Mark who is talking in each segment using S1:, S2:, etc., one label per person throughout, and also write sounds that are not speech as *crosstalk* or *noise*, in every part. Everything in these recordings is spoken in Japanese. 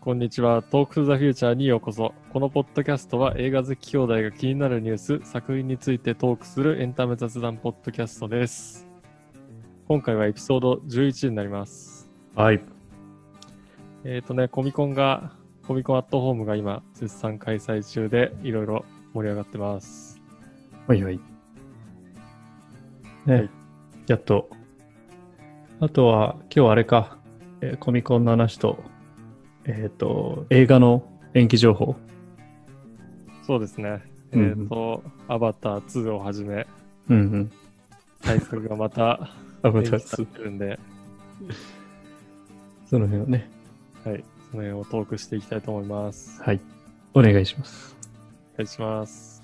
S1: こんにちは。トークトゥザフューチャーにようこそ。このポッドキャストは映画好き兄弟が気になるニュース、作品についてトークするエンタメ雑談ポッドキャストです。今回はエピソード11になります。
S2: はい。
S1: えっ、とね、コミコンが、コミコンアットホームが今、絶賛開催中で、いろいろ盛り上がってます。
S2: はいはい。ね、
S1: はい
S2: やっと。あとは、今日あれか、えーコミコンの話と、えっ、と、映画の延期情報。
S1: そうですね。えっ、
S2: うんうん
S1: と、アバター2をはじめ、
S2: うんうん。
S1: 対策がま
S2: *laughs*
S1: た
S2: アバ
S1: 延
S2: タ
S1: 期
S2: ー
S1: され
S2: 2。
S1: てるんで、
S2: その辺をね。
S1: はい、その辺をトークしていきたいと思います。
S2: はい。お願いします。
S1: お願いします。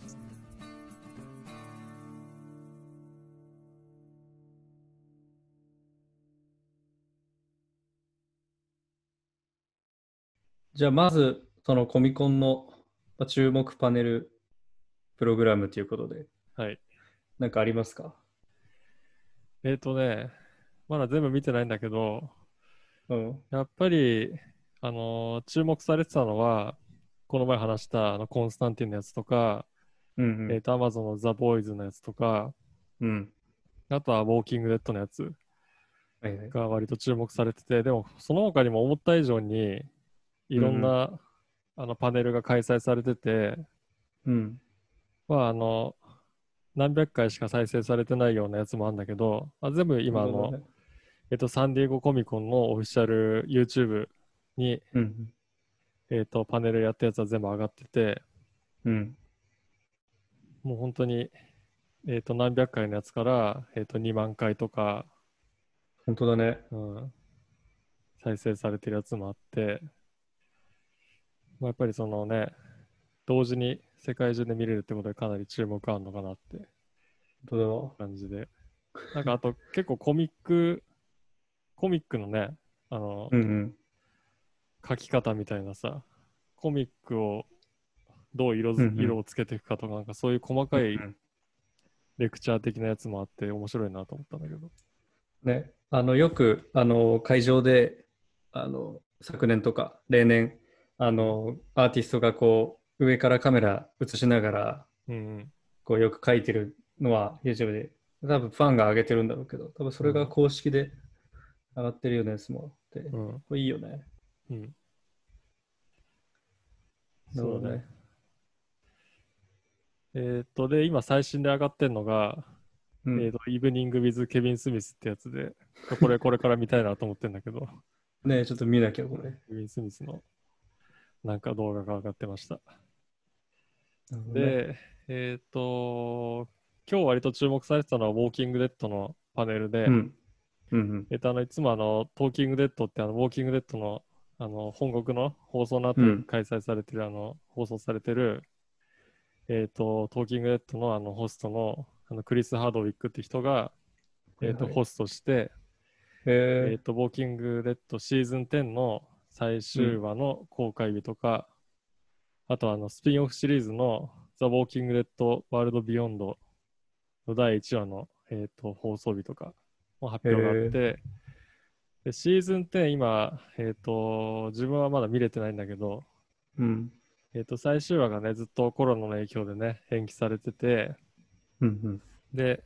S2: じゃあ、まず、そのコミコンの注目パネルプログラムということで、
S1: はい。
S2: なんかありますか
S1: えっ、とね、まだ全部見てないんだけど、
S2: うん。
S1: やっぱり、あのー注目されてたのは、この前話したあのコンスタンティンのやつとか、
S2: うん
S1: えっ、と、アマゾンのザ・ボーイズのやつとか、
S2: うん。
S1: あとはウォーキングデッドのやつ
S2: はいはい。
S1: が割と注目されてて、でもその他にも思った以上にいろんな、あのパネルが開催されてて、
S2: うん。
S1: まああの、何百回しか再生されてないようなやつもあるんだけど、あ全部今あの、えっと、サンディエゴコミコンのオフィシャル YouTube に、
S2: うん。
S1: えっと、パネルやったやつは全部上がってて、
S2: うん。
S1: もう本当に、えっと、何百回のやつから、えっと、2万回とか、
S2: 本当だね。
S1: うん、再生されてるやつもあって、まあ、やっぱりそのね、同時に世界中で見れるってことでかなり注目あるのかなって
S2: 本当だわ。
S1: 感じで。なんかあ
S2: *laughs*
S1: と結構コミック、コミックのね、あの、
S2: うんうん。
S1: 書き方みたいなさコミックをどう色づ
S2: うんうん
S1: 色をつけていくかとかなんかそういう細かい
S2: うん
S1: レクチャー的なやつもあって面白いなと思ったんだけど
S2: ね、あのよくあの会場であの昨年とか例年あのアーティストがこう上からカメラ映しながら
S1: うん
S2: こうよく書いてるのは YouTube で多分ファンが上げてるんだろうけど多分それが公式で上がってるようなやつもあって、
S1: う
S2: こ
S1: ん
S2: れいいよね。
S1: うん
S2: なるほ
S1: そう
S2: ど
S1: だね
S2: ね。
S1: えーっとで今最新で上がってるのが、
S2: う
S1: えーっとイブニング・ウィズ・ケビン・スミスってやつでこれ *laughs* これから見たいなと思ってんだけど
S2: ん、ねちょっと見なきゃこれ。
S1: ケビン・スミスのなんか動画が上がってました
S2: なるほどね、
S1: で、えっ、と、今日割と注目されてたのは、ウォーキングデッドのパネルで、
S2: うんうん
S1: えっ、と、あの、いつもあの、トーキングデッドって、あの、ウォーキングデッドの、あの、本国の放送の後
S2: う
S1: に
S2: ん
S1: 開催されてる、あの、放送されてる、えっ、と、トーキングデッドの、あの、ホストの、あの、クリス・ハードウィックって人が、えっ、と、
S2: はいはい
S1: ホストして、えっ、
S2: えー
S1: と、ウォーキングデッドシーズン10の最終話の公開日とか、あとあの、スピンオフシリーズのザ・ウォーキングデッド・ワールド・ビヨンドの第1話の、えっと放送日とかも発表があって、でシーズン10今、えっ、と、自分はまだ見れてないんだけど、
S2: うん
S1: えっ、と、最終話がね、ずっとコロナの影響でね、延期されてて、
S2: うんうん
S1: で、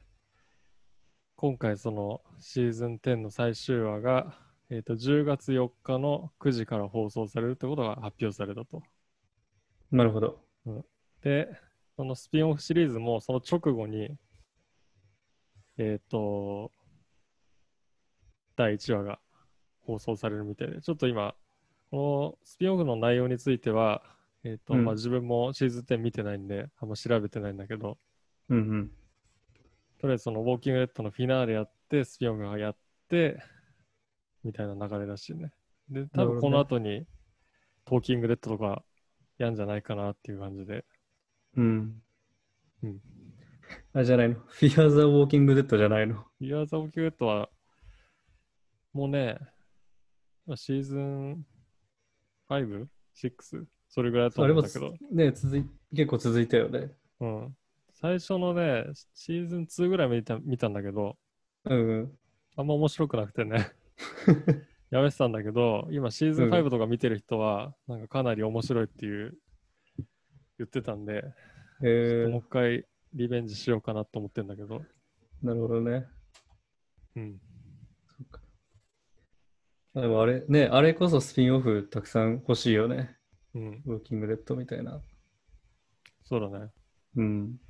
S1: 今回そのシーズン10の最終話が、えー、と10月4日の9時から放送されるってことが発表されたと。
S2: なるほど。
S1: で、そのスピンオフシリーズもその直後に、えっ、と、第1話が放送されるみたいで、ちょっと今、このスピンオフの内容については、えっ、と、
S2: うん
S1: まあ自分もシーズン10見てないんで、あんま調べてないんだけど、
S2: うんうん
S1: とりあえずそのウォーキングデッドのフィナーレやって、スピンオフがやって、みたいな流れらしいね。で、多分この後に、トーキングデッドとかやんじゃないかなっていう感じで。
S2: うん。
S1: うん。
S2: *laughs* あれじゃないの。フィアーザーウォーキングデッドじゃないの。
S1: イヤーザ・ウォーキングデッドは、もうね、まあシーズン 5?6? それぐらいだと
S2: あ
S1: 思う
S2: れ
S1: ん
S2: も
S1: だけど。
S2: ね、続い結構続いたよね。
S1: うん。最初のね、シーズン2ぐらい見た見たんだけど、
S2: うんうん。
S1: あんま面白くなくてね。やめてたんだけど、今シーズン5とか見てる人は、なんかかなり面白いっていう、言ってたんで、ち
S2: え
S1: ょっと
S2: ー
S1: もう、一回リベンジしようかなと思ってんだけど。
S2: なるほどね。
S1: うん。
S2: でもあれ、ね、あれこそスピンオフたくさん欲しいよね。
S1: うん。
S2: ウォーキングレッドみたいな。
S1: そうだね。
S2: うん。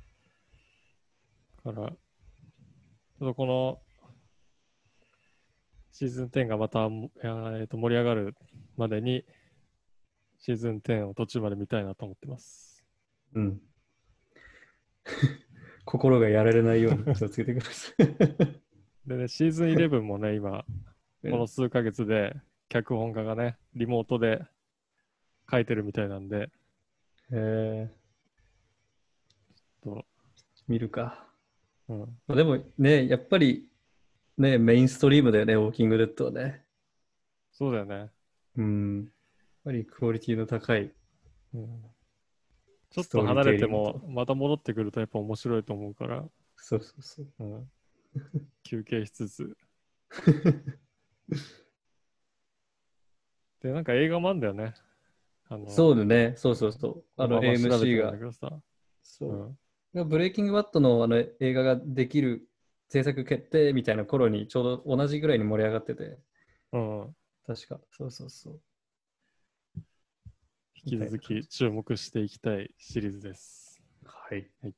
S1: だから、ちょっとこの、シーズン10がまた、もいやーえーと盛り上がるまでに、シーズン10を途中まで見たいなと思ってます。
S2: うん。 *laughs* 心がやられないように気をつけてくださ
S1: *laughs*
S2: い。
S1: でね、シーズン11もね、
S2: *laughs*
S1: 今、
S2: うん
S1: この数ヶ月で、脚本家がね、リモートで書いてるみたいなんで、
S2: えー、
S1: ちょっ
S2: 見るか。
S1: とうん、
S2: まあでもね、やっぱり、ね、メインストリームだよね、ウォーキングデッドはね。
S1: そうだよね。
S2: うん。やっぱりクオリティの高い。
S1: うんちょっ
S2: ストー
S1: と
S2: リー
S1: 離れて
S2: テイリ
S1: も、また戻ってくるとやっぱ面白いと思うから、
S2: そうそうそう。
S1: うん、休憩しつ
S2: *laughs*
S1: つ。で、なんか映画もあんだよね。あの
S2: そうだね、そうそうそう。あの
S1: まま調べて
S2: AMC
S1: たん
S2: が
S1: だけ。どさ
S2: そうう。
S1: ん
S2: ブレイキングバットのあの映画ができる制作決定みたいな頃にちょうど同じぐらいに盛り上がってて、
S1: うん
S2: 確か。そうそうそう。
S1: 引き続き注目していきたいシリーズです。
S2: はい。え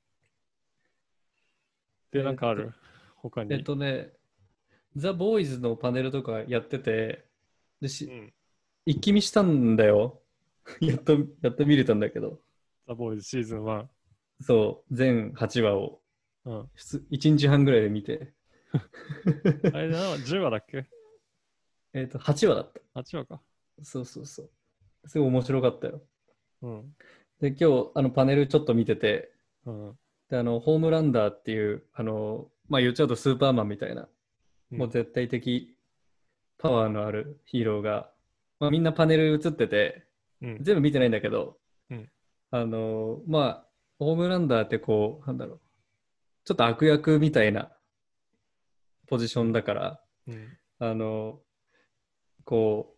S1: で、
S2: ー
S1: なんかある他に。
S2: えっとね、ザ・ボーイズのパネルとかやってて、
S1: う
S2: でし
S1: ん、
S2: 一気見したんだよ。 *laughs* やっと、やっと見れたんだけど。
S1: ザ・ボーイズシーズン1。
S2: そう、全8話を
S1: うん、
S2: 普通1日半ぐらいで見て。
S1: あれだな、10話だっけ
S2: えっと、8話だった。
S1: ?8 話か。
S2: そうそうそう。すごい面白かったよ。
S1: うん。
S2: で、今日、あの、パネルちょっと見てて、
S1: うん。
S2: であのホームランダーっていうあの、まあ、言っちゃうとスーパーマンみたいな、もう絶対的パワーのあるヒーローが、まあ、みんなパネル映ってて
S1: うん。
S2: 全部見てないんだけど、
S1: うん
S2: あのまあホームランダーってこうなんだろうちょっと悪役みたいなポジションだから
S1: うん。
S2: あのこ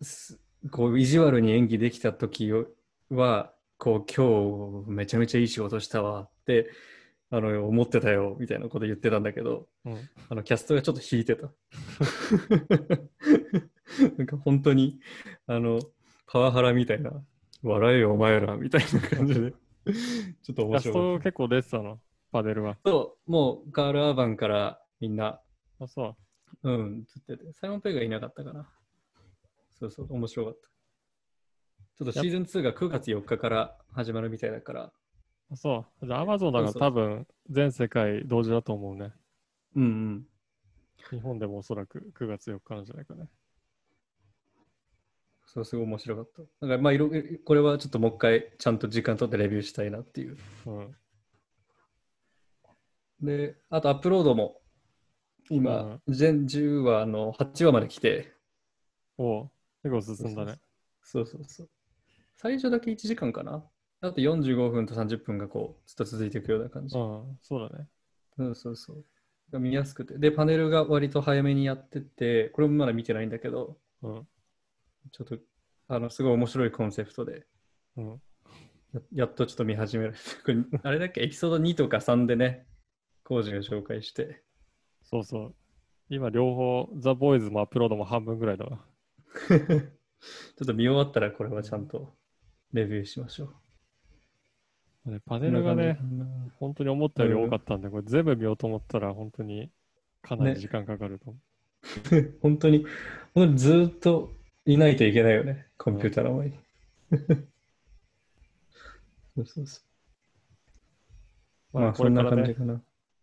S2: うすこう意地悪に演技できた時はこう今日めちゃめちゃいい仕事したわってあの思ってたよみたいなこと言ってたんだけど
S1: うん。
S2: あのキャストがちょっと引いて *laughs* たなんか本当にあのパワハラみたいな笑えよお前らみたいな感じでちょっと
S1: キャ
S2: 面
S1: ス
S2: 白
S1: ト
S2: い
S1: 結構出てたの、パネルは。
S2: そうもうカール・アーバンからみんな
S1: あ、そう。
S2: うん、つってて。サイモン・ペグがいなかったかな。そうそう、面白かった。ちょっとシーズン2が9月4日から始まるみたいだから。
S1: あそう。じゃあ、アマゾンだから
S2: そうそう
S1: 多分、全世界同時だと思うね。
S2: うんうん。
S1: 日本でもおそらく9月4日なんじゃないかね。
S2: そう、すごい面白かった。だから、まあ、いろ、これはちょっともう一回、ちゃんと時間取ってレビューしたいなっていう。
S1: うん。
S2: で、あとアップロードも、今、全10話の8話まで来て。
S1: おう結構進んだね。
S2: そうそうそう。最初だけ1時間かな。あと45分と30分がこう、ずっと続いていくような感じ。
S1: うん、そうだね。
S2: そうそうそう。見やすくて。で、パネルが割と早めにやってて、これもまだ見てないんだけど、
S1: うん。
S2: ちょっと、あの、すごい面白いコンセプトで、
S1: うん。
S2: ややっとちょっと見始める。 *laughs* これあれだっけ、エピソード2とか3でね、コージが紹介して。 *laughs*
S1: そうそう。今、両方、ザ・ボーイズもアップロードも半分ぐらいだわ。
S2: ちょっと見終わったら、これはちゃんとレビューしましょう。
S1: ねパネルがね、
S2: こんな感じか
S1: 本当に思ったより多かったんで、これ全部見ようと思ったら、本当にかなり時間かかると思。
S2: な、本当に、本当にずーっといないといけないよね、コンピューターの前に。 *laughs* そうそうそうう。ま
S1: ま
S2: あ、
S1: あ、こ
S2: そ
S1: れ
S2: ん
S1: か
S2: な
S1: ら
S2: 感じ
S1: ね、
S2: かな。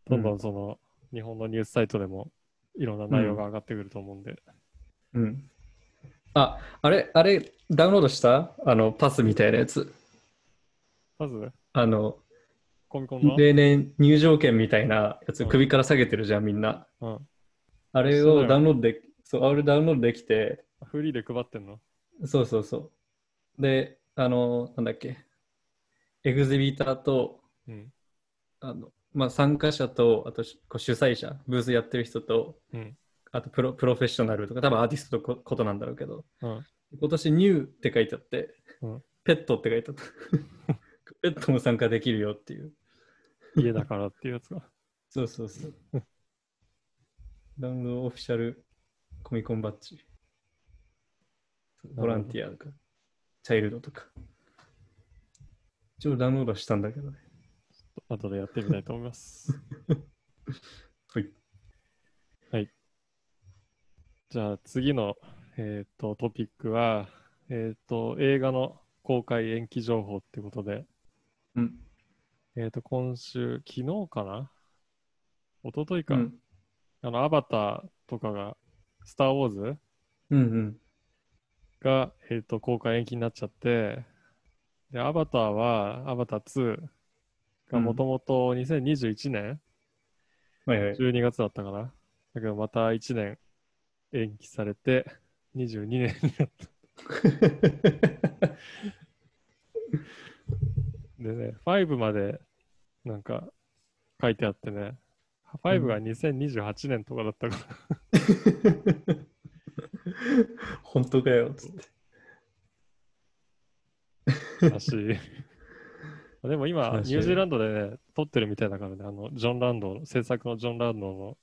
S1: どんどんその、日本のニュースサイトでも、いろんな内容が上がってくると思うんで。
S2: うん。あ、あれ、あれ、ダウンロードしたあの、パスみたいなやつ。
S1: まず、
S2: あの、
S1: コミコンの、
S2: 例年入場券みたいなやつ、
S1: うん
S2: 首から下げてるじゃん、みんな。
S1: うん、
S2: あれ
S1: そうだ
S2: を
S1: よ
S2: ダウンロードで、そう、あれダウンロードできて、
S1: フリーで配ってんの
S2: そうそうそう。で、あの、なんだっけ、エグゼビターと、
S1: うん。
S2: あの、まあ、参加者と、あとしこう主催者、ブースやってる人と、
S1: うん。
S2: あとプロプロフェッショナルとか、多分アーティストのこことなんだろうけど、
S1: うん
S2: 今年ニューって書いてあって、
S1: うん
S2: ペットって書いてあった。
S1: *laughs*
S2: ペットも参加できるよっていう。
S1: 家だからっていうやつが。 *laughs*
S2: そうそうそう。ダウンロードオフィシャルコミコンバッジ。ボランティアとか、チャイルドとか。一応ダウンロードはしたんだけどね。
S1: 後でやってみたいと思います。
S2: はい。
S1: じゃあ次の、えー、とトピックは、えー、と映画の公開延期情報ってことで、
S2: うん。
S1: えー、と今週、昨日かな一昨日
S2: う
S1: か、
S2: ん。
S1: あのアバターとかが、スター・ウォーズ
S2: うんうん。
S1: が、えー、と公開延期になっちゃって、でアバターは、アバター2がもともと2021年、
S2: はいはい。
S1: 12月だったかな。だけどまた1年延期されて、22年 *laughs* になっでね、5までなんか書いてあってね、5が2028年とかだったから、
S2: *laughs* 本当かよ、つって。
S1: らしい。
S2: *laughs*
S1: でも今、
S2: らしい
S1: ニュージーランドでね、撮ってるみたいだからね、あの、ジョン・ランドの、制作のジョン・ランドの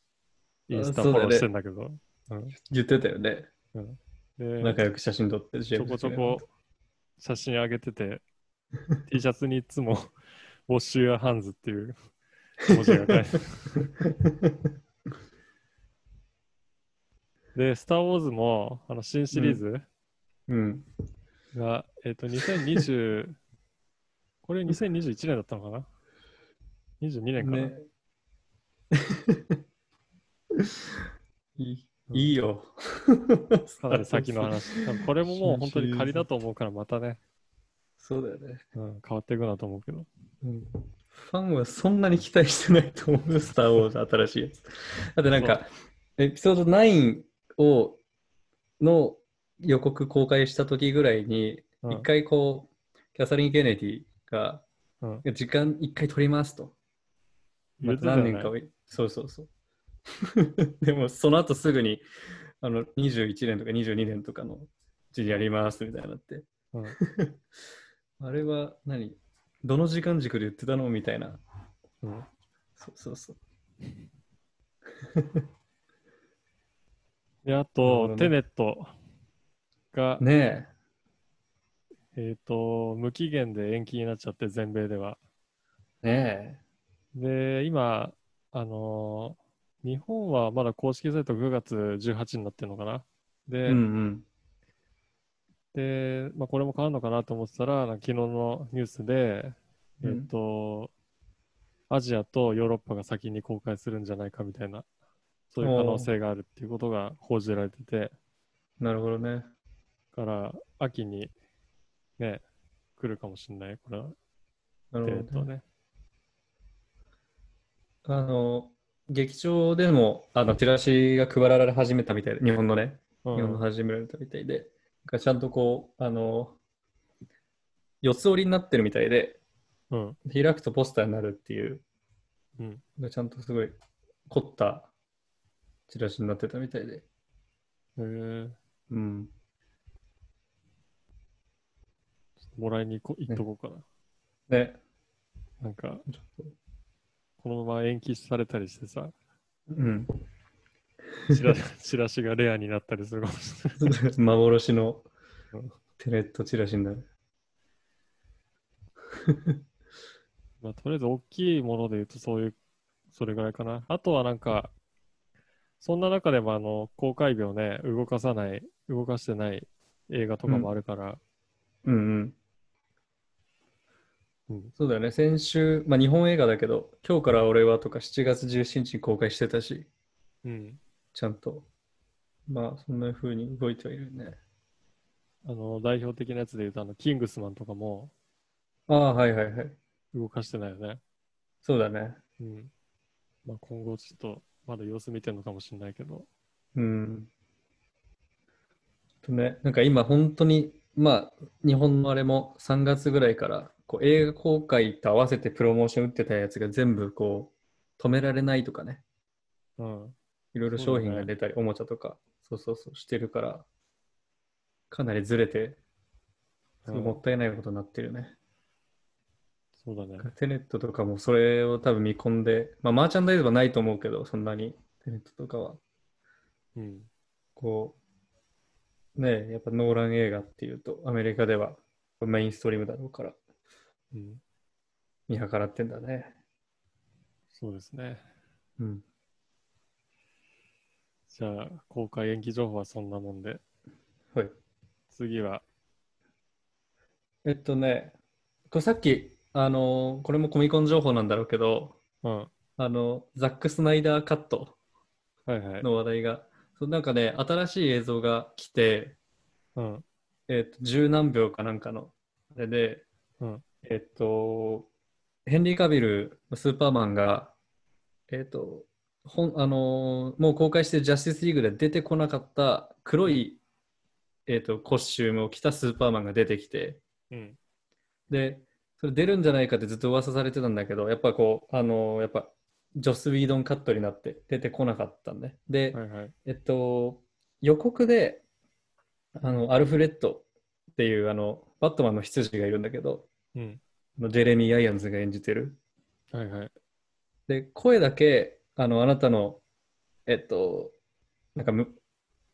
S1: インスタ
S2: あ
S1: フ
S2: そう
S1: ォロ
S2: だよ
S1: ー
S2: ね
S1: してんだけど、
S2: 言ってたよね。
S1: で
S2: 仲良く写真撮ってる
S1: ちょこちょこ。写真上げてて、T シャツにいつも、 *laughs* ウォッシュ・ア・ハンズっていう文字が書いてあ
S2: *laughs*
S1: るで、スター・ウォーズも、あの、新シリーズ、
S2: うん。
S1: が、えっ、と、2020、これ2021年だったのかな ?22 年かな、
S2: ね。 *laughs* いいいいよ。
S1: かなり先の
S2: *laughs*
S1: 話。多分これももう本当に仮だと思うから、またね、
S2: そうだよね、
S1: うん、変わっていくなと思うけど。
S2: うん。ファンはそんなに期待してないと思う、スター・ウォーズ新しいやつ。だってなんか、エピソード9をの予告公開した時ぐらいに、
S1: うん
S2: 一回こう、キャサリン・ケネディが、
S1: うん
S2: 時間一回取りますと。
S1: 言
S2: ま
S1: って
S2: た
S1: たよ
S2: 何
S1: ね
S2: 年かを、そうそうそう。 *laughs* でもその後すぐにあの21年とか22年とかのうちにやりますみたいになって。
S1: うん、
S2: あれは何どの時間軸で言ってたのみたいな。
S1: うん
S2: そうそうそう。
S1: で、あ
S2: なるほ
S1: と、
S2: どね
S1: テネットが、
S2: ね
S1: えっ、と、無期限で延期になっちゃって、全米では。
S2: え。ね
S1: で、今、あのー日本はまだ公式サイト9月18になってるのかな
S2: え。
S1: で、
S2: うん
S1: で、まあ、これも変わるのかなと思ってたら、なんか昨日のニュースで、え
S2: う
S1: っ、
S2: ん
S1: と、アジアとヨーロッパが先に公開するんじゃないかみたいな、そういう可能性があるっていうことが報じられてて、
S2: うん。なるほどね。
S1: から、秋にね、来るかもしれない、これは、
S2: な
S1: デ
S2: る
S1: ー
S2: ほど
S1: ト
S2: ね。
S1: ね。
S2: あの、劇場でもあのチラシが配られ始めたみたいで、日本のね。
S1: うん
S2: 日本の始められたみたいで、なんかちゃんとこう、あの、四つ折りになってるみたいで、
S1: うん、
S2: 開くとポスターになるっていう、
S1: うん、
S2: ちゃんとすごい凝ったチラシになってたみたいで、
S1: えー、
S2: うん。
S1: もらいにこ行っとこうかな。
S2: ね、
S1: なんか、
S2: ちょっと、
S1: このまま延期されたりしてさ、
S2: うん。 *laughs*
S1: チ *laughs* ラチラシがレアになったりするかもしれない。
S2: 幻の
S1: うん
S2: テレットチラシになる。
S1: まあ、とりあえず大きいもので言うとそういう、それぐらいかな。あとはなんか、そんな中でもあの、公開日をね、動かさない、動かしてない映画とかもあるから、
S2: うんうん。
S1: うん
S2: そうだよね、先週、まあ日本映画だけど、今日から俺はとか7月17日に公開してたし、
S1: うん。
S2: ちゃんと、まあそんな風に動いてはいるね。
S1: あの、代表的なやつで言うと、あの、キングスマンとかも
S2: ああ、はいはいはい。
S1: 動かしてないよね。
S2: そうだね。
S1: うん。まあ、今後ちょっと、まだ様子見てるのかもしれないけど、
S2: うん。とね、なんか今本当に、まあ、日本のあれも3月ぐらいから、こう映画公開と合わせてプロモーション打ってたやつが全部こう、止められないとかね、
S1: うん。
S2: いろいろ
S1: そう
S2: 商
S1: だね
S2: 品が出たり、おもちゃとか、そうそうそう、してるから、かなりずれて、
S1: うん
S2: もったいないことになってるね。
S1: そうだね。
S2: テネットとかもそれを多分見込んで、まあ、マーチャンダイズはないと思うけど、そんなに、テネットとかは。
S1: うん。
S2: こう、ねえやっぱノーラン映画っていうと、アメリカではメインストリームだろうから、
S1: うん。
S2: 見計らってんだね。
S1: そうですね。
S2: うん。
S1: じゃあ、公開延期情報はそんなもんで、
S2: はい。
S1: 次は、
S2: えっとね、これさっき、あのーこれもコミコン情報なんだろうけど、
S1: うん。は
S2: あの、ザック・スナイダーカット
S1: いはい。
S2: の話題が、そうなんかね、新しい映像が来て、
S1: うん。
S2: えっと、十何秒かなんかの、あれで、
S1: うん
S2: えっと、ヘンリー・カビル、スーパーマンが、えっと、ほんあのーもう公開してるジャスティスリーグで出てこなかった黒い、えっと、コスチュームを着たスーパーマンが出てきて、
S1: うん。
S2: で、それ出るんじゃないかってずっと噂されてたんだけど、やっぱこう、あのーやっぱ、ジョス・ウィードンカットになって出てこなかったんで。で、
S1: はいはい。
S2: えっと、予告で、あの、アルフレッドっていう、あの、バットマンの執事がいるんだけど、
S1: うん。
S2: あのジェレミー・アイアンズが演じてる。
S1: はいはい。
S2: で、声だけ、あの、あなたの、えっと、なんかむ、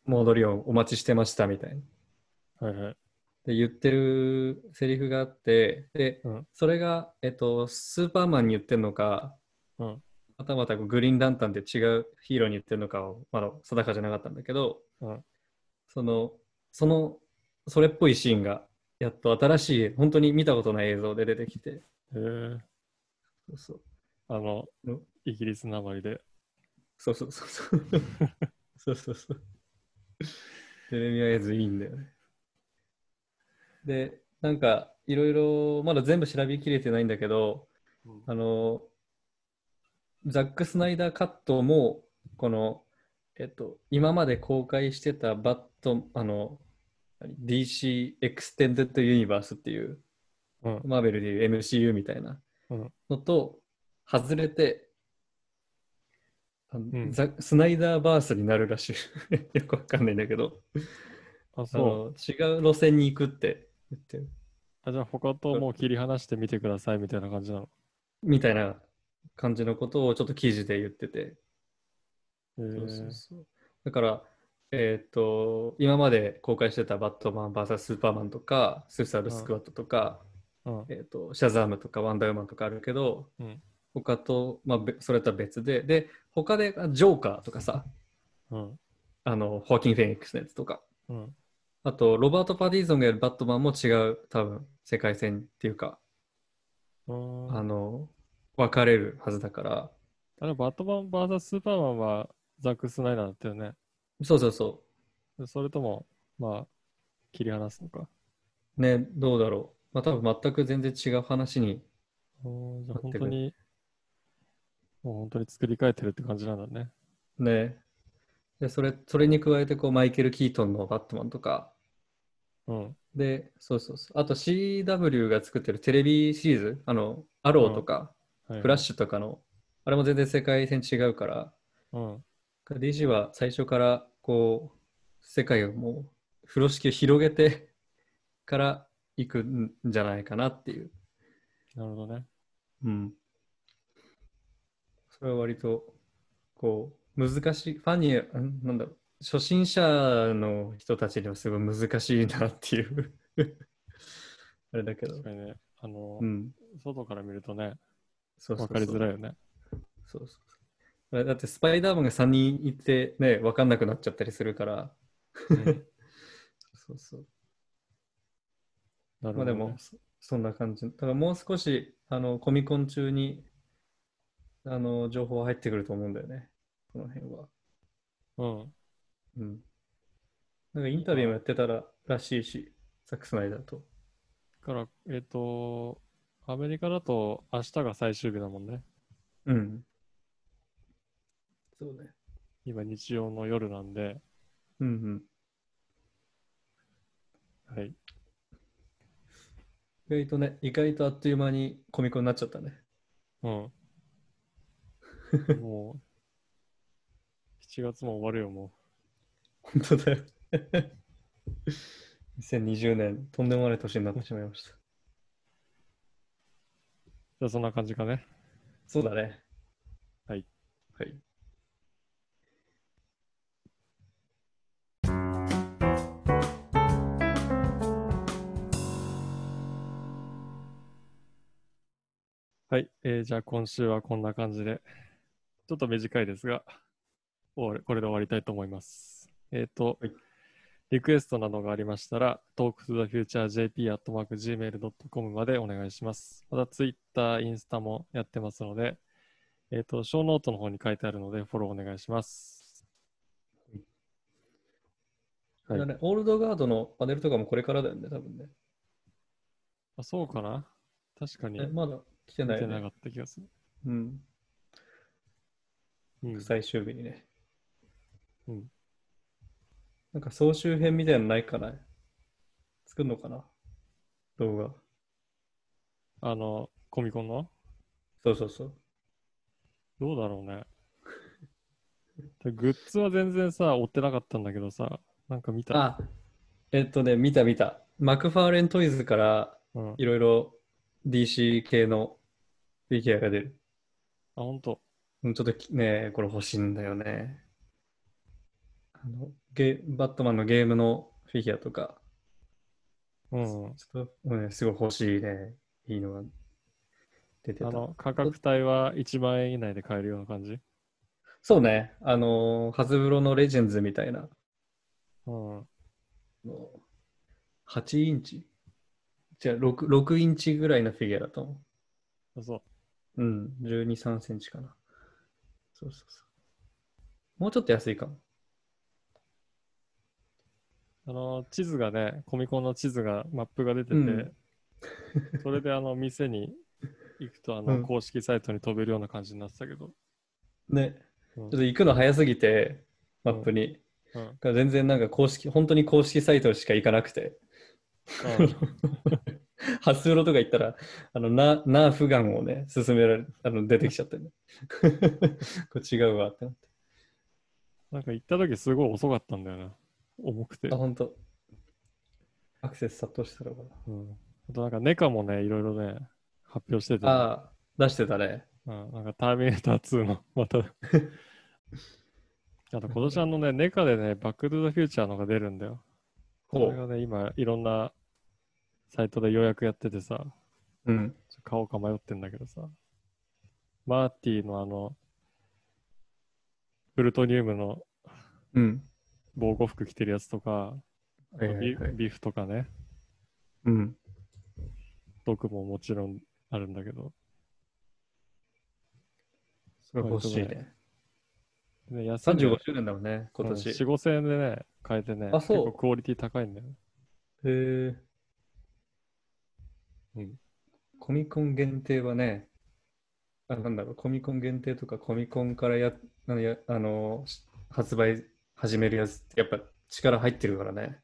S2: 戻りをお待ちしてましたみたいな。
S1: はいはい。
S2: で言ってるセリフがあってで、
S1: うん
S2: それが、えっと、スーパーマンに言ってるのか、
S1: うん
S2: またまたこうグリーンランタンって違うヒーローに言ってるのかをまだ定かじゃなかったんだけど、
S1: うん
S2: そのそのそれっぽいシーンがやっと新しい本当に見たことない映像で出てきて
S1: へえ。
S2: そうそう
S1: あの
S2: うん、
S1: イギリスなまりで。
S2: そうそうそうそうそうそうそうテレビアイズいいんだよねでなんかいろいろまだ全部調べきれてないんだけど
S1: うん
S2: あのザック・スナイダーカットもこのえっと今まで公開してたバットあの何 DC エクステンデッド・ユニバースっていう
S1: うん。
S2: マーベルでいう MCU みたいな
S1: うん
S2: のと外れて、あの
S1: ん
S2: ザスナイダーバースになるらしい。 *laughs* よくわかんないんだけど、
S1: あ、
S2: あ
S1: そう。
S2: の違う路線に行くって言ってる
S1: あじゃあ、他ともう切り離してみてくださいみたいな感じなの。
S2: みたいな感じのことをちょっと記事で言ってて。
S1: へ
S2: そうそ
S1: え
S2: う。そうだから、えっと、今まで公開してたバットマン VS スーパーマンとか、スーサイドスクワットとか、
S1: うん。
S2: えー、とシャザームとかワンダーウーマンとかあるけど、
S1: うん
S2: 他と、まあ、べそれとは別でで他であジョーカーとかさ
S1: うん。
S2: あのホアキン・フェニックスのやつとか
S1: うん。
S2: あとロバート・パディーゾンがやるバットマンも違う多分世界線っていうか、
S1: うん
S2: あの分かれるはずだから
S1: あれ、バットマン VS スーパーマンはザック・スナイダーだったよね。
S2: そうそうそ
S1: それとも、まあ、切り離すのか。
S2: うねどうだろう、まあ、多分全く全然違う話に
S1: おーじゃあ
S2: な
S1: 本
S2: ってくる
S1: 当に、もう本当に作り変えてるって感じなんだね。
S2: ねでそれそれに加えてこうマイケル・キートンのバットマンとか
S1: うん。
S2: で、そうそうそう。あと CW が作ってるテレビシリーズ、あの、アローとか、
S1: はい、
S2: フラッシュとかの、あれも全然世界線違うから、
S1: うん。
S2: DC は最初から、こう、世界をもう、風呂敷を広げて *laughs* から行くんじゃないかなっていう。
S1: なるほどね。
S2: うん。それは割と、こう、難しい、ファンに、んなんだろう、初心者の人たちにはすごい難しいなっていう。 *laughs* あれだけど
S1: 確。かにね。あの、
S2: うん。
S1: 外から見るとね、
S2: そうそ
S1: わ
S2: うそう
S1: かりづらいよね。
S2: そうそうそうだだってスパイダーマンが3人いてね、わかんなくなっちゃったりするから。
S1: うん
S2: *laughs* そうそう。
S1: なるほ
S2: ま
S1: ど、
S2: あで
S1: ね。
S2: も、そそんな感じ。だからもう少し、あの、コミコン中に、あの、情報は入ってくると思うんだよね。この辺は。
S1: うん。
S2: うん。なんかインタビューもやってたららしいし、ザックスナイダーと。
S1: から、えっ、と、アメリカだと明日が最終日だもんね。
S2: うん。そうね。
S1: 今日曜の夜なんで、
S2: うんうん。
S1: はい。
S2: 意外とね、意外とあっという間にコミコンになっちゃ *laughs* ったね。
S1: うん。もう、 7月も終わるよ、も
S2: 本当だよ。2020年、とんでもない年になってしまいました。
S1: う。じゃあそんな感じかね。
S2: そうだね。
S1: はい。
S2: はい。
S1: はい、えーじゃあ今週はこんな感じで、ちょっと短いですが、終わりこれで終わりたいと思います。えっ、と、
S2: はい
S1: リクエストなどがありましたら、talktothefuturejp.gmail.com までお願いします。また Twitter、インスタもやってますので、えっ、と、ショーノートの方に書いてあるので、フォローお願いします。はい
S2: だね、オールドガードのパネルとかもこれからだよね、多分ね。
S1: あそうかな確かに、
S2: えまだ来て
S1: 見
S2: ない
S1: て
S2: よ
S1: なか
S2: ね。
S1: った気がする。
S2: うん。
S1: うん、
S2: 最終日にね。
S1: うん。
S2: なんか総集編みたいなのないかな作るのかな動画。
S1: あの、コミコンの
S2: そうそうそう。
S1: どうだろうね。でグッズは全然さ、追ってなかったんだけどさ、なんか見た。
S2: あ、えっとね、見た見た。マクファーレントイズから
S1: うん、あ
S2: いろいろ DC 系のフィギュアが出る。
S1: ほんと。
S2: うんちょっときね、これ欲しいんだよね。あのゲバットマンのゲームのフィギュアとか、
S1: うん。
S2: ちょっと、うんすごい欲しいね。いいのが出て
S1: あ
S2: た。
S1: の、価格帯は1万円以内で買えるような感じ。
S2: そうね、あのー、ハズブロのレジェンズみたいな、
S1: うん。
S2: あの8インチじゃあ 6, 6インチぐらいのフィギュアだと思。
S1: そう
S2: うん、12、3センチかな。そうそうそう。もうちょっと安いかも。
S1: う。あの、地図がね、コミコンの地図が、マップが出てて、
S2: うん
S1: それであの、店に行くと、あの、
S2: うん
S1: 公式サイトに飛べるような感じになってたけど。
S2: *laughs* ね、
S1: うん
S2: ちょっと行くの早すぎて、マップに。
S1: うん
S2: だから全然なんか公式、本当に公式サイトしか行かなくて。 *laughs*
S1: うん
S2: 発路とか行ったら、あの、ナナーフガンをね、勧められ、あの、出てきちゃってね。 *laughs* これ違うわってなって。
S1: なんか行った時すごい遅かったんだよな。重くて
S2: あ、。本当アクセス殺到してたのか
S1: うん。あとなんかネカもね、いろいろね、発表してて、
S2: な。ああ、出してたね。
S1: うん、なんかターミネーター2の、 *laughs* ま
S2: *laughs*
S1: た。あと今年あのね、ネカでね、バックトゥザフューチャーのが出るんだよ。
S2: ほ
S1: これ
S2: う。
S1: がね、今いろんなサイトで予約やっててさ、
S2: うん。
S1: ちょ買おうか迷ってんだけどさ。マーティのあの、プルトニウムの
S2: うん。
S1: 防護服着てるやつとか、あと
S2: はいはい
S1: ビ
S2: はい
S1: ビフとかね、
S2: うん。
S1: 毒ももちろんあるんだけど、
S2: それ欲しいね。
S1: ね、安いんだよ
S2: 35周年だもんね、今年。
S1: うん、4、5千円でね、買えてね、
S2: あそう
S1: 結構クオリティ高いんだよね。
S2: へえ。
S1: うん
S2: コミコン限定はね、あなんだろう、コミコン限定とかコミコンからや、あの、やあのし発売始めるやつってやっぱ力入ってるからね。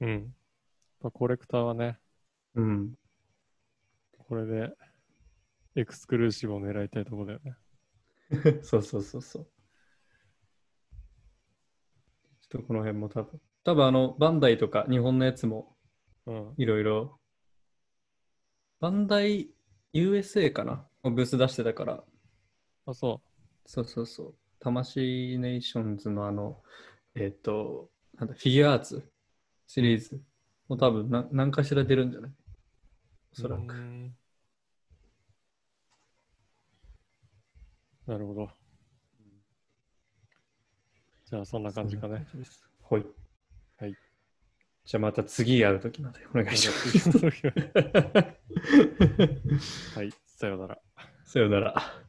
S1: うん。やっぱコレクターはね、
S2: うん。
S1: これでエクスクルーシブを狙いたいところだよね。
S2: *laughs* そうそうそうそう。ちょっとこの辺も多分、多分あの、バンダイとか日本のやつも
S1: うん。
S2: いろいろ、バンダイ USA かなブース出してたから、
S1: あ、そ
S2: そうそうそう。魂ネーションズのあの、えっ、と、なんだ、フィギュアアーツシリーズもう多分な何かしら出るんじゃないお
S1: う。
S2: そら
S1: うー
S2: く。
S1: んなるほど。じゃあ、そんな感じかね。。
S2: はい。
S1: はい。
S2: じゃあまた次会うときまでお願いします。
S1: はい、さようなら。
S2: *laughs* さよなら。